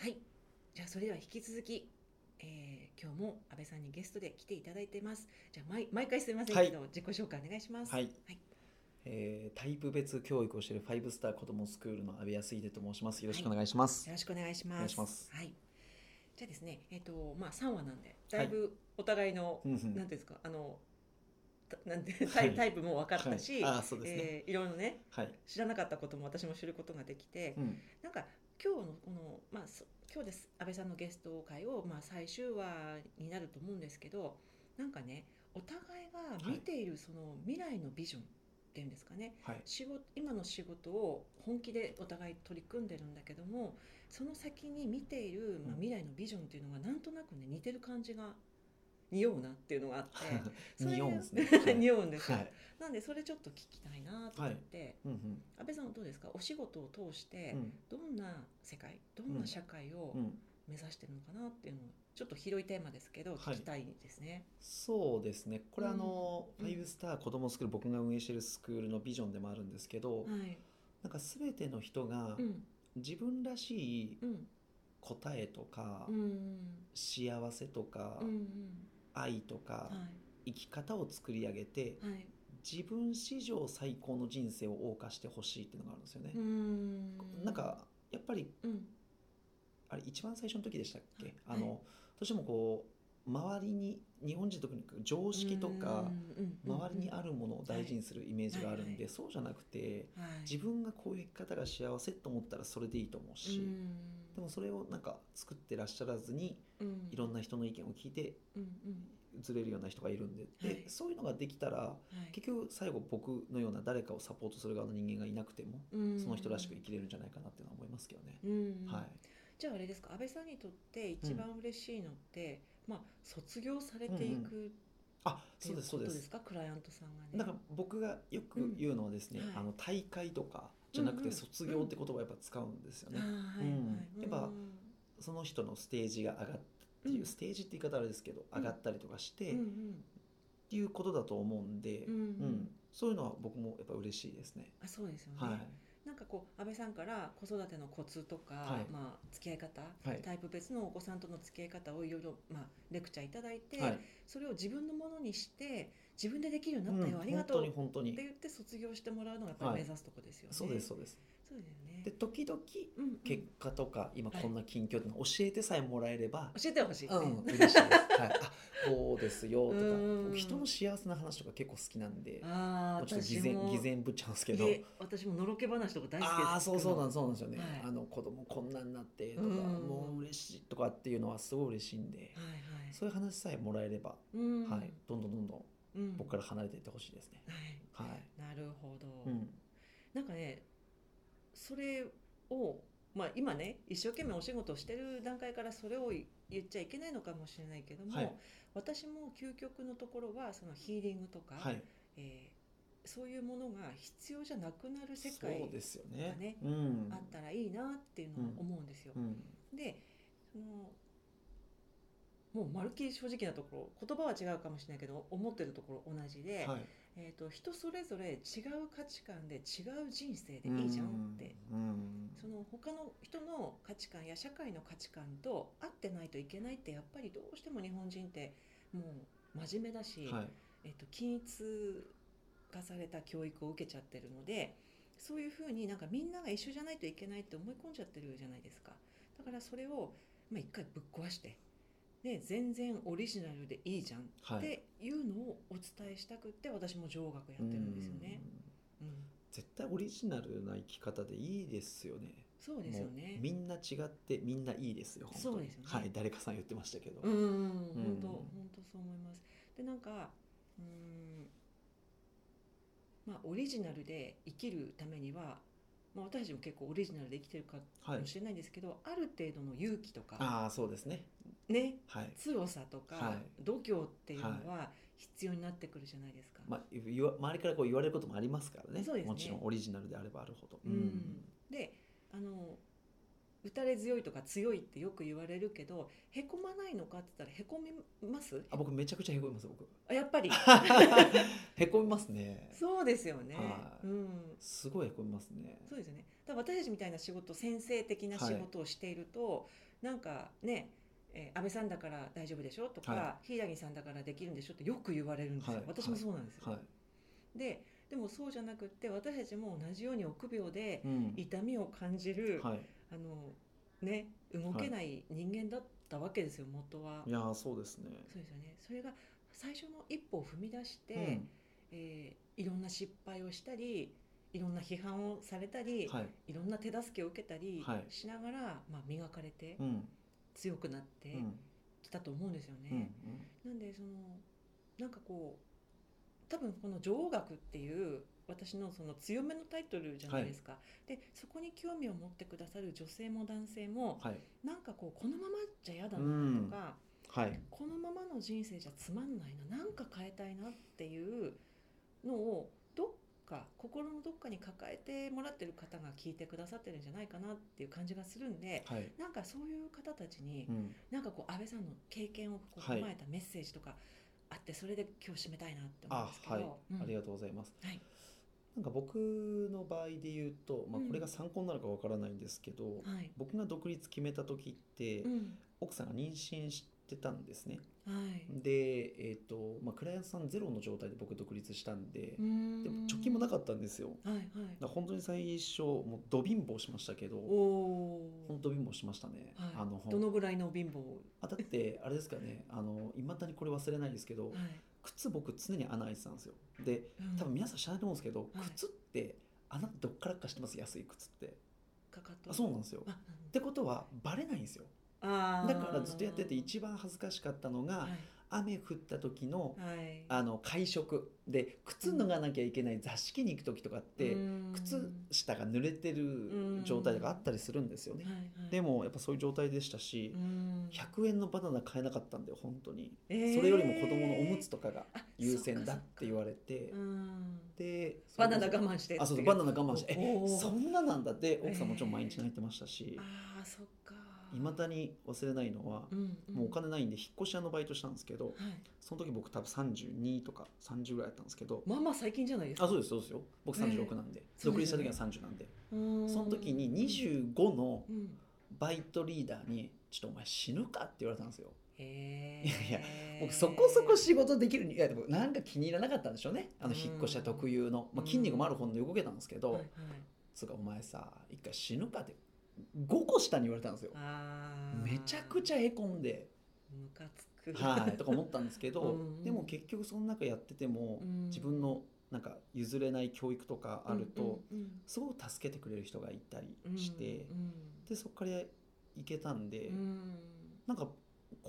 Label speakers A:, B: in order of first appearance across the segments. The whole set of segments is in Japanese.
A: はい、じゃあそれでは引き続き、えー、今日も安倍さんにゲストで来ていただいてます。じゃあ毎毎回すみませんけど、自己紹介お願いします。
B: はい、
A: はい
B: えータイプ別教育をしているファイブスター子どもスクールの阿部康秀と申します。よろしくお願いします。
A: よろしくお願いします。
B: お願いします
A: はい。じゃあですね、えっ、とまあ三話なんで、だいぶお互いの、
B: うんうん
A: なんていうんですか、あのたなんてタイタイプも分かったし、
B: はい、あーそうですね。
A: えーいろいろね
B: はい、
A: 知らなかったことも私も知ることができて、
B: うん、
A: なんか今日のこのまあそ今日です安倍さんのゲスト会をまあ最終話になると思うんですけどなんかねお互いが見ているその未来のビジョンっていうんですかね、
B: はい、
A: 仕事今の仕事を本気でお互い取り組んでるんだけどもその先に見ている、まあ、
B: うん
A: 未来のビジョンっていうのがなんとなくね似てる感じが匂うなっていうのがあって それ
B: 匂う んですね
A: 匂うんですよ、
B: はい、
A: なんでそれちょっと聞きたいなと思って、
B: うんうん、
A: 安倍さんはどうですかお仕事を通して、
B: うん、
A: どんな世界どんな社会を
B: うん、
A: 目指してるのかなっていうのをちょっと広いテーマですけど
B: は
A: 聞
B: い
A: きたいですね。
B: そうですね。これあの、
A: うん
B: ファイブスター子どもスクール、僕が運営しているスクールのビジョンでもあるんですけど、
A: はい。
B: なんかすべての人が
A: うん
B: 自分らしい
A: うん
B: 答えとか、
A: うん
B: 幸せとか、
A: うんうん
B: 愛とか、
A: は
B: 生き方を作り上げて、
A: いはい。
B: 自分史上最高の人生を謳歌してほしいっていうのがあるんですよね
A: う。ん。
B: なんかやっぱり
A: うん
B: あれ一番最初の時でしたっけ、
A: はい
B: あのどうしてもこう周りに日本人特に常識とか
A: うんうん
B: 周りにあるものを大事にするイメージがあるんで、
A: はいはい
B: そうじゃなくて
A: はい
B: 自分がこういう生き方が幸せと思ったらそれでいいと思うし、
A: うん
B: でもそれをなんか作ってらっしゃらずに
A: うん
B: いろんな人の意見を聞いて
A: うんうん
B: ずれるような人がいるんで,で、
A: はい
B: そういうのができたら
A: はい
B: 結局最後僕のような誰かをサポートする側の人間がいなくても
A: うん
B: その人らしく生きれるんじゃないかなっていうのは思いますけどね。
A: うん
B: はい
A: じゃああれですか安倍さんにとって一番嬉しいのってまあ卒業されていく
B: あ
A: ってい
B: そうう
A: こ
B: ですそ
A: と
B: う
A: で
B: です
A: すかクライアントさんがね。
B: なんか僕がよく言うのはですね、
A: うんはい
B: あの大会とかじゃなく
A: うんう
B: て
A: ん
B: 卒業って言葉をやっぱ使うんですよね。
A: あーはい
B: うん
A: はい
B: やっぱ
A: うん
B: その人のステージが上がって
A: うん
B: いう、ステージって言い方あれですけど
A: ん
B: 上がったりとかして、
A: うん
B: っ
A: うん
B: ていうことだと思うんで、
A: うんうん
B: そういうのは僕もやっぱ嬉しいですね。
A: あそうですよね、
B: はい、
A: なんかこう安倍さんから子育てのコツとか、
B: はい
A: まあ、付き合い方、
B: はい
A: タイプ別のお子さんとの付き合い方をいろいろ、まあ、レクチャーいただいて、
B: はい、
A: それを自分のものにして自分でできるよう
B: う
A: になった
B: ん
A: よ、ありが
B: 本
A: と
B: 当
A: うっ
B: に本当
A: て
B: に
A: 言って卒業してもらうのがやっぱり
B: は
A: 目
B: い
A: 指すとこですよね。
B: そうですそうです。
A: そうだよね
B: で時々
A: うんうん
B: 結果とか今こんな近況っていうのを教えてさえもらえれば、
A: 教えてほしい、ね
B: うん、嬉しいです。はい、あ、こうですよと か
A: うん、
B: 僕人の幸せな話とか結構好きなんで、
A: あ
B: も
A: あ
B: うちょっと
A: 私
B: 偽善
A: も
B: 偽善ぶっちゃうんですけど
A: い、え私ものろけ話とか大好きです
B: ああそうそうなんそうなんですよね。
A: はい
B: あの子供こんなになってとか、
A: うん
B: もう嬉しいとかっていうのはすごい嬉しいんで、
A: はいはい
B: そういう話さえもらえれば、
A: うん
B: はい、どんどんどんどん
A: うん
B: 僕から離れていってほしいですね。
A: はい
B: はい、
A: なるほど、
B: うん、
A: なんかねそれをまあ今ね一生懸命お仕事をしてる段階からそれを言っちゃいけないのかもしれないけども、
B: はい
A: 私も究極のところはそのヒーリングとか、
B: はい、
A: えーそういうものが必要じゃなくなる世
B: そ
A: 界
B: うですよ
A: がね
B: ね。うん
A: あ、ったらいいなっていうのは思うんですよ。
B: うん、
A: でそのもうまるっきり正直なところ言葉は違うかもしれないけど思ってるところ同じで、
B: はい、
A: えー、と人それぞれ違う価値観で違う人生でいいじゃんって、
B: うん、
A: その他の人の価値観や社会の価値観と合ってないといけないってやっぱりどうしても日本人ってもう真面目だし、
B: はい、
A: えー、と均一化された教育を受けちゃってるのでそういうふうになんかみんなが一緒じゃないといけないって思い込んじゃってるじゃないですかだからそれをまあ、一回ぶっ壊してで全然オリジナルでいいじゃんっ
B: はい
A: ていうのをお伝えしたくって私も上学やってるんですよね。
B: うん。
A: うん
B: 絶対オリジナルな生き方でいいですよね。
A: そうですよ
B: も
A: ね
B: う。みんな違ってみんないいですよ。本当に
A: そうですよね
B: はい、誰かさん言ってましたけど。
A: うんうんうん、本当
B: うん
A: 本当そう思います。でなんかうーんまあオリジナルで生きるためにはまあ、私たちも結構オリジナルで生きてるか
B: はい
A: もしれないんですけど、ある程度の勇気とか、
B: ああそうですね
A: ね、
B: はい、
A: 強さとか、
B: はい
A: 度胸っていうのは必要になってくるじゃないですか。
B: まあ、言わ周りからこう言われることもありますからね
A: そうですね
B: もちろんオリジナルであればあるほど、
A: うんであの打たれ強いとか強いってよく言われるけどへこまないのかって言ったらへこみます
B: あ僕めちゃくちゃへこみます僕
A: あやっぱ り
B: へこみますね
A: そうですよね、
B: は
A: う
B: い
A: ん、
B: すごいへこみますね
A: そうですよね。だから私たちみたいな仕事、先生的な仕事をしていると、なんかね、えー安倍さんだから大丈夫でしょとか、
B: は
A: 柊さんだからできるんでしょってよく言われるんですよ。
B: はい
A: 私もそうなんですよ。
B: はい、
A: で、でもそうじゃなくって私たちも同じように臆病で
B: うん
A: 痛みを感じる、
B: はい、
A: あのね動けない人間だったわけですよ。元は。
B: いやーそうですね
A: そうですよね。それが最初の一歩を踏み出して、
B: うん
A: えーいろんな失敗をしたり、いろんな批判をされたり。
B: はい
A: いろんな手助けを受けたり
B: はい
A: しながら、まあ、磨かれて
B: うん
A: 強くなっ
B: う
A: て
B: ん
A: きたと思うんですよ
B: うん
A: ね。なんでそのなんかこう多分この「女王学」っていう私のその強めのタイトルじゃないですか。でそこに興味を持ってくださる女性も男性も
B: はい
A: なんかこうこのままじゃ嫌だ
B: う
A: なと
B: ん
A: か、
B: はい
A: このままの人生じゃつまんないななんか変えたいなっていうのをどっか心のどっかに抱えてもらってる方が聞いてくださってるんじゃないかなっていう感じがするんで
B: はい
A: なんかそういう方たちに
B: うん
A: なんかこう安倍さんの経験をこう
B: はい
A: 踏まえたメッセージとかあってそれで今日締めたいなって思うん
B: あ
A: ですけど、
B: はい、あり
A: が
B: がとうございます、
A: はい
B: なんか僕の場合で言うと、まあ
A: うん、
B: これが参考になるかわからないんですけど、
A: はい、
B: 僕が独立決めた時って、
A: うん
B: 奥さんが妊娠してたんですね
A: はい
B: でえっ、とまあクライアントさんゼロの状態で僕独立したんで、でも貯
A: 貯
B: 金もな
A: っ
B: かったんですよ
A: たはいはい
B: だから本当に最初もうど貧乏しましたけど
A: おお
B: 本当貧乏しましたね、
A: ー、
B: あ
A: は
B: の
A: い、どのぐらいの貧乏
B: あだってあれですかねあのいまだにこれ忘れないですけ
A: は
B: ど、
A: い、
B: 靴僕常に穴開いてたんですよで
A: うん
B: 多分皆さん知らないと思うんですけど、
A: はい
B: 靴って穴どっからかしてます安い靴って
A: かかと
B: あそうなんですよ
A: あ
B: っ
A: うん
B: てことはバレないんですよ
A: あー
B: だからずっとやってて一番恥ずかしかったのが、雨降った時の
A: はいはい、
B: あの会食で靴脱がなきゃいけない座敷に行く時とかって、
A: うん
B: 靴下が濡れてる状態があったりするんですよね、
A: はいはい
B: でもやっぱそういう状態でしたし
A: う、ん
B: 100円のバナナ買えなかったんだよ本当に、
A: えー
B: それよりも子供のおむつとかが優先だって言わ
A: れ
B: れて、
A: うん、
B: で
A: バナナ
B: それこ
A: 我慢して
B: あそうそうバナナ我慢して
A: おー
B: そそんななんだって
A: ー
B: 奥さんもちろん毎日泣いてましたし
A: あーそっか
B: いま、だに忘れないのは、
A: うんん
B: もうお金ないんで引っ越し屋のバイトしたんですけど、
A: はい、
B: その時僕多分32とか30ぐらいだったんですけど、
A: まあまあ最近じゃないですか
B: あそうですそうですよ僕36なんで、
A: そう
B: 独
A: で
B: 立
A: す
B: し
A: よ
B: た
A: ね
B: 時は30なんで
A: うん
B: その時に25の
A: うん
B: バイトリーダーに「ちょっとお前死ぬか?」って言われたんですよ
A: へ
B: いや
A: え
B: 僕そこそこ仕事できるにいやでもなんか気に入らなかったんでしょうねあの
A: うん
B: 引っ越した特有の、まあ、筋肉もある本で動けたんですけど、
A: はいはい、
B: つうかお前さ一回死ぬかって5個下に言われたんですよ
A: あー
B: めちゃくちゃへこんで
A: ムカつく
B: はいとか思ったんですけど
A: うん
B: でも結局その中やってても
A: うん
B: 自分のなんか譲れない教育とかあると、
A: うんうん
B: すごく助けてくれる人がいたり
A: うん
B: して、
A: うん
B: でそこから行けたんで、
A: うん
B: なんか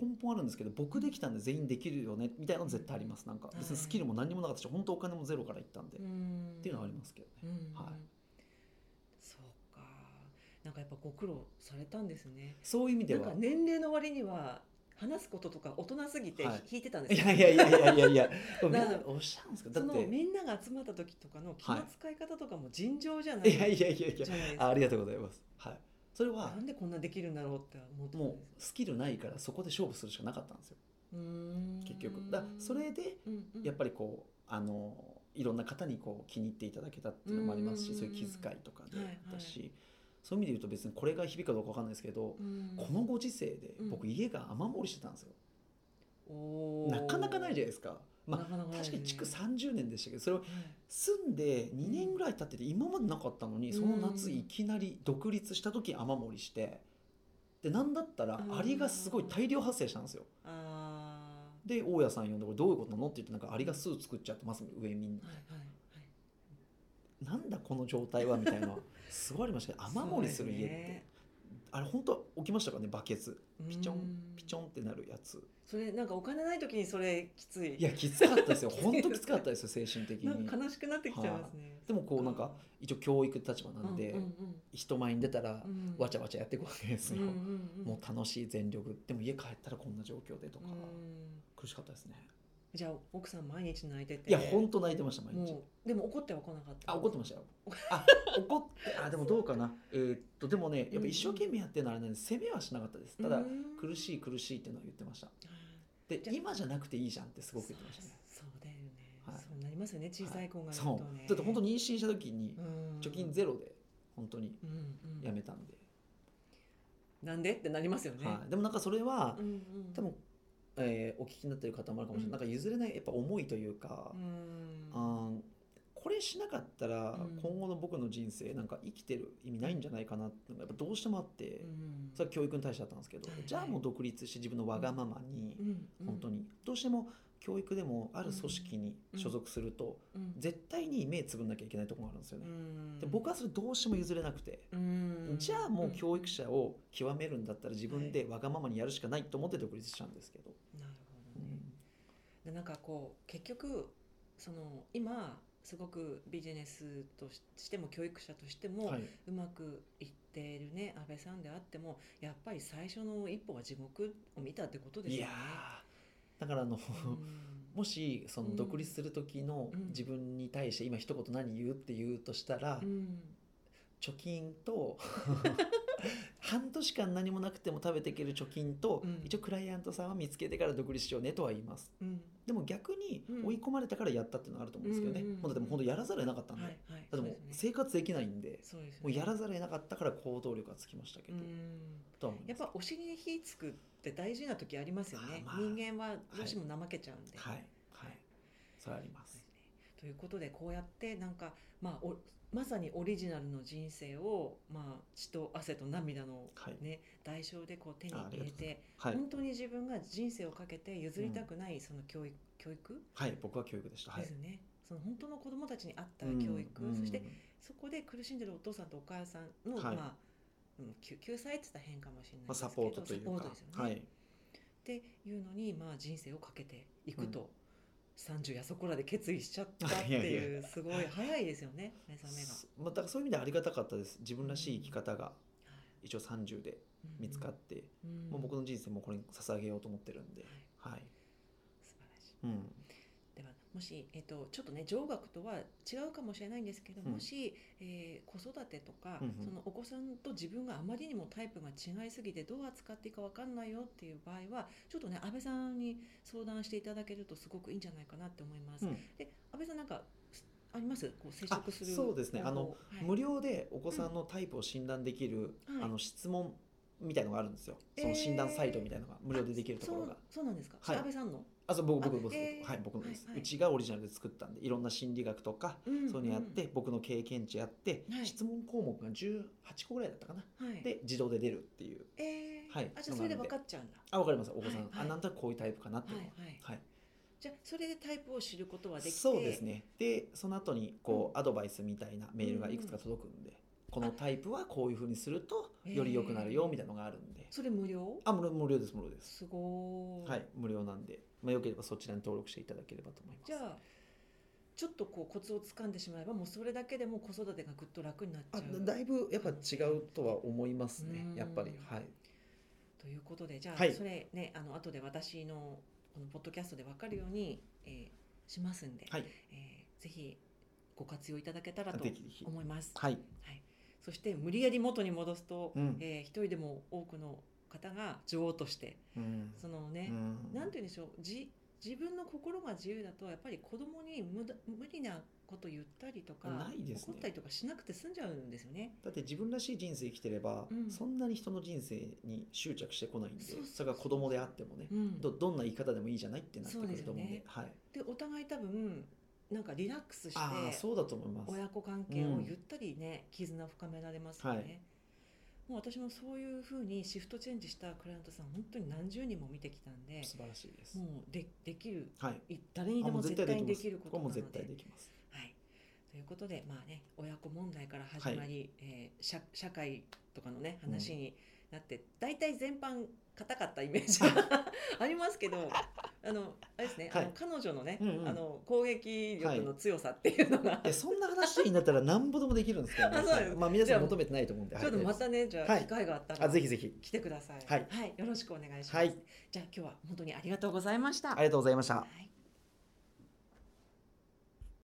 B: 根本あるんですけど僕できたんで全員できるよねみたいなの絶対ありますなんか
A: はい
B: 別にスキルも何にもなかったし本当お金もゼロから行ったんで、っ
A: って
B: いうのはありますけどね、はい
A: そうかなんかやっぱご苦労されたんですね
B: そういう意味で
A: なん
B: は
A: か年齢の割には話すこととか大人すぎて
B: はい
A: 引いてたんで
B: い
A: すよ、
B: やいやいやいやいやいやみ ん
A: な
B: な
A: か
B: んおっしゃるんですかだ
A: そ
B: っ
A: の
B: てい
A: みんなが集まった時とかの気の使い方とかも尋常じゃない、
B: やいやいやい や
A: じゃないです
B: あ
A: か
B: ありがとうございますはいそれは
A: なんでこんなできるんだろうって思ってたん
B: も
A: で
B: うスキルないからそこで勝負するしかなかったんですよ
A: すうーん
B: 結局だからそれで
A: うんうん
B: やっぱりこうあのいろんな方にこう気に入っていただけたっていうのもありますし、
A: うん
B: そういう気遣いとかで
A: はいはい
B: だし、そういう意味で言うと別にこれが響くかどうかわかんないですけど、
A: うん
B: このご時世で
A: うん
B: 僕家が雨漏りしてたんですよ、
A: おー
B: なかなかないじゃないですか。ま
A: なかな
B: あ
A: かない
B: 確かに築
A: ね
B: 30年でしたけどそれを
A: はい
B: 住んで2年ぐらい経ってて今までなかったの
A: う
B: に
A: ん
B: その夏いきなり独立した時雨漏りしてでなんだったら
A: うん
B: アリがすごい大量発生したんですよ
A: あ
B: で大家さん呼んでこれどういうことなのって言ってなんかアリが巣作っちゃってます上みんな
A: ーはいはいはい
B: なんだこの状態はみたいなすごいありましたけど雨漏りする家っ
A: そ
B: て、
A: うですね
B: あれ本当起きましたかねバケツピチョンピチョ
A: ン
B: ンってなるやつ
A: それなんかお金ない時にそれきつい
B: いやきつかったですよ本当きつかったですよ精神的に
A: なんか悲しくなってきちゃいますね、
B: でもこうなんか一応教育立場なんで、
A: うんうん
B: 人前に出たら
A: うんうん
B: わちゃわちゃやっていくわけですよ、
A: うんうんうん
B: もう楽しい全力でも家帰ったらこんな状況でとか、
A: うん
B: 苦しかったですね
A: じゃあ奥さん毎日泣いてて
B: いや本当泣いてました毎日
A: もうでも怒っては来なかった
B: あ怒ってましたよあ怒ってあでもどうかなえーっとでもねやっぱ一生懸命やってるのはあれなんで責めはしなかったですただ
A: うん
B: 苦しい苦しいっていうのは言ってました
A: あー
B: で
A: じゃあ
B: 今じゃなくていいじゃんってすごく言ってましたね
A: そうそうだよね、
B: はい
A: そうなりますよね小さい子がいると
B: そ
A: ね、
B: うだって本当に妊娠した時に
A: うん
B: 貯金ゼロで本当に
A: うんうん
B: やめたんで、
A: なんでってなりますよね、
B: はい、でもなんかそれは
A: うんうん、
B: 多分、えーお聞きになってる方もあるかもしれない、なんか譲れないやっぱ思いというか、
A: うん
B: あーこれしなかったら
A: うん
B: 今後の僕の人生なんか生きてる意味ないんじゃないかなっていうのがやっぱどうしてもあって、
A: うん
B: それは教育に対してだったんですけど、
A: はいはい
B: じゃあもう独立して自分のわがままに
A: う、んうん
B: 本当にどうしても教育でもある組織に所属すると、
A: うん
B: 絶対に目つぶんなきゃいけないところがあるんですよね。
A: うん
B: で僕はそれどうしても譲れなくて、
A: うん
B: じゃあもう教育者を極めるんだったら自分でわがままにやるしかないと思って独立したんですけど、
A: なるほ
B: う
A: どね、
B: ん
A: でなんかこう結局その今すごくビジネスとししても教育者としても、
B: はいう
A: まくいっているね安倍さんであってもやっぱり最初の一歩は地獄を見たってことです
B: い
A: よね。
B: やーだからあの、
A: うん
B: もしそ
A: うん
B: の独立する時の
A: うん
B: 自分に対して今一言何言うって言うとしたら、
A: うん
B: 貯金と 半年間何もなくても食べていける貯金と、
A: うん
B: 一応クライアントさんは見つけてから独立しようねとは言います
A: うん
B: でも逆に
A: うん
B: 追い込まれたからやったっていうのはあると思うんですけどね、
A: うんうんうん
B: もうだってもう本当やらざるを得なかったんで、
A: はいはい。
B: だってもう生活できないんで
A: そうですね
B: もうやらざるを得なかったから行動力がつきましたけ
A: う
B: ど、
A: ん
B: とは思い
A: や
B: ま
A: っ
B: す
A: ぱお尻に火つくって大事な時ありますよね。
B: あまあ
A: 人間はどうしても怠けちゃうんで。
B: はいはいそれはあります、
A: ということでこうやってなんかまあおまさにオリジナルの人生をまあ血と汗と涙の
B: はい
A: ね代償でこう手に
B: ああ
A: 入
B: り
A: れ
B: がとうござ
A: て
B: はい
A: 本当に自分が人生をかけて譲りたくないその教育教育
B: はい僕は教育でしたは
A: で
B: い
A: すね。その本当の子供たちに合った
B: うん
A: 教育、
B: うん
A: そしてそこで苦しんでるお父さんとお母さんの、
B: はい
A: まあうん救救済って言ったら変かもしれない
B: まあ、
A: ですけ
B: サ
A: ど
B: ポートという
A: サポー
B: か
A: トですよね、
B: は
A: っ
B: い
A: ていうのに、まあ、人生をかけていくと、30やそこらで決意しちゃったって
B: いやい
A: いうすごい早いですよ ね目覚めが。
B: そまあ、だからそういう意味ではありがたかったです自分らしい生き方が
A: はい
B: 一応30で見つかっ、て、
A: うん
B: もう僕の人生もこれに捧げようと思ってるんで、はい
A: 素晴らしい
B: うん、
A: ではもし、えっと、ちょっとね上学とは違うかもしれないんですけど、
B: うん
A: もし、えー子育てとか、
B: うんうん
A: そのお子さんと自分があまりにもタイプが違いすぎてどう扱っていいか分かんないよっていう場合はちょっとね安倍さんに相談していただけるとすごくいいんじゃないかなって思います。
B: うん
A: で安倍さんなんかすありますこう接触する
B: あそうですね
A: 方法
B: あの
A: はい
B: 無料でお子さんのタイプを診断できる、
A: はい
B: あの質問みたいのがあるんですよ、
A: えー
B: その診断サイトみたいのが無料でできるところが
A: あそうそうなんですか、
B: はい
A: 安倍さんの、
B: あそう僕僕僕、
A: あえー
B: はい僕のです、
A: はいはいう
B: ちがオリジナルで作ったんでいろんな心理学とか、
A: うん
B: そういうのやって、、僕の経験値やって、
A: はい
B: 質問項目が18個ぐらいだったかな、
A: うんはい、
B: で自動で出るっていう
A: えー
B: はい
A: あじゃあそれで分かっちゃうんだ
B: あわかりますお子さん、
A: はいはい
B: あなんとなくこういうタイプかなっていうのは、
A: はいはい
B: はい
A: じゃあそれでタイプを知ることはできて
B: そうですねでその後にこう、アドバイスみたいなメールがいくつか届くんで、このタイプはこういうふうにするとより良くなるよみたいなのがあるんで、
A: それ無料
B: あ無料無料です無料です、
A: すごーい。
B: はい無料なんで、まあ、よければそちらに登録していただければと思います
A: じゃあちょっとこうコツをつかんでしまえばもうそれだけでもう子育てがぐっと楽になっちゃ
B: あ
A: う。
B: だいぶやっぱ違うとは思いますね
A: うん
B: やっぱりはい
A: ということでじゃあ、
B: はい
A: それねあの後で私のこのポッドキャストで分かるように、えーしますんで、
B: はい
A: えーぜひご活用いただけたらと
B: ぜひぜひ
A: 思います。
B: はい
A: そして無理やり元に戻すと、
B: うん
A: えー一人でも多くの方が女王として
B: うん
A: そのね、
B: うん
A: なんて言うんでしょうじ自分の心が自由だとやっぱり子供に無駄無理なこと言ったりとか
B: ないですね
A: 怒ったりとかしなくて済んじゃうんですよね。
B: だって自分らしい人生生きてれば、
A: うん
B: そんなに人の人生に執着してこないんで
A: そうそうそう
B: れが子供であってもね、
A: うん、
B: どどんな生き方でもいいじゃないってなってくると思うんで
A: そうですよね
B: はい、
A: でお互い多分なんかリラックスして
B: ああそうだと思います
A: 親子関係を
B: うん
A: ゆったりね、絆深められますよね。
B: はい
A: もう私もそういうふうにシフトチェンジしたクライアントさん本当に何十人も見てきたんで
B: 素晴らしいです
A: もうでできる
B: はい
A: い誰に
B: あ
A: でも絶対にで
B: ます
A: きるこ
B: ことれ
A: な
B: も
A: ので
B: 絶対できます
A: はい、ということで、まあね、親子問題から始まり、えー社社会とかの、ね、話にだって大体全般硬かったイメージ がありますけどあのあれですね、
B: はい
A: あの彼女のね、
B: うんうん
A: あの攻撃力の強さっていうのが、
B: えそんな話になったら何ぼでもできるんですけど、ね
A: あそうなんです
B: まあ皆さん求めてないと思うんで。
A: ちょっと
B: はい
A: またねじゃ
B: は
A: あ
B: い
A: 機会があったら、
B: あぜひぜひ。
A: 来てください、
B: はい
A: よろしくお願いします、
B: はい
A: じゃあ今日は本当にありがとうございました
B: ありがとうございました。
A: はい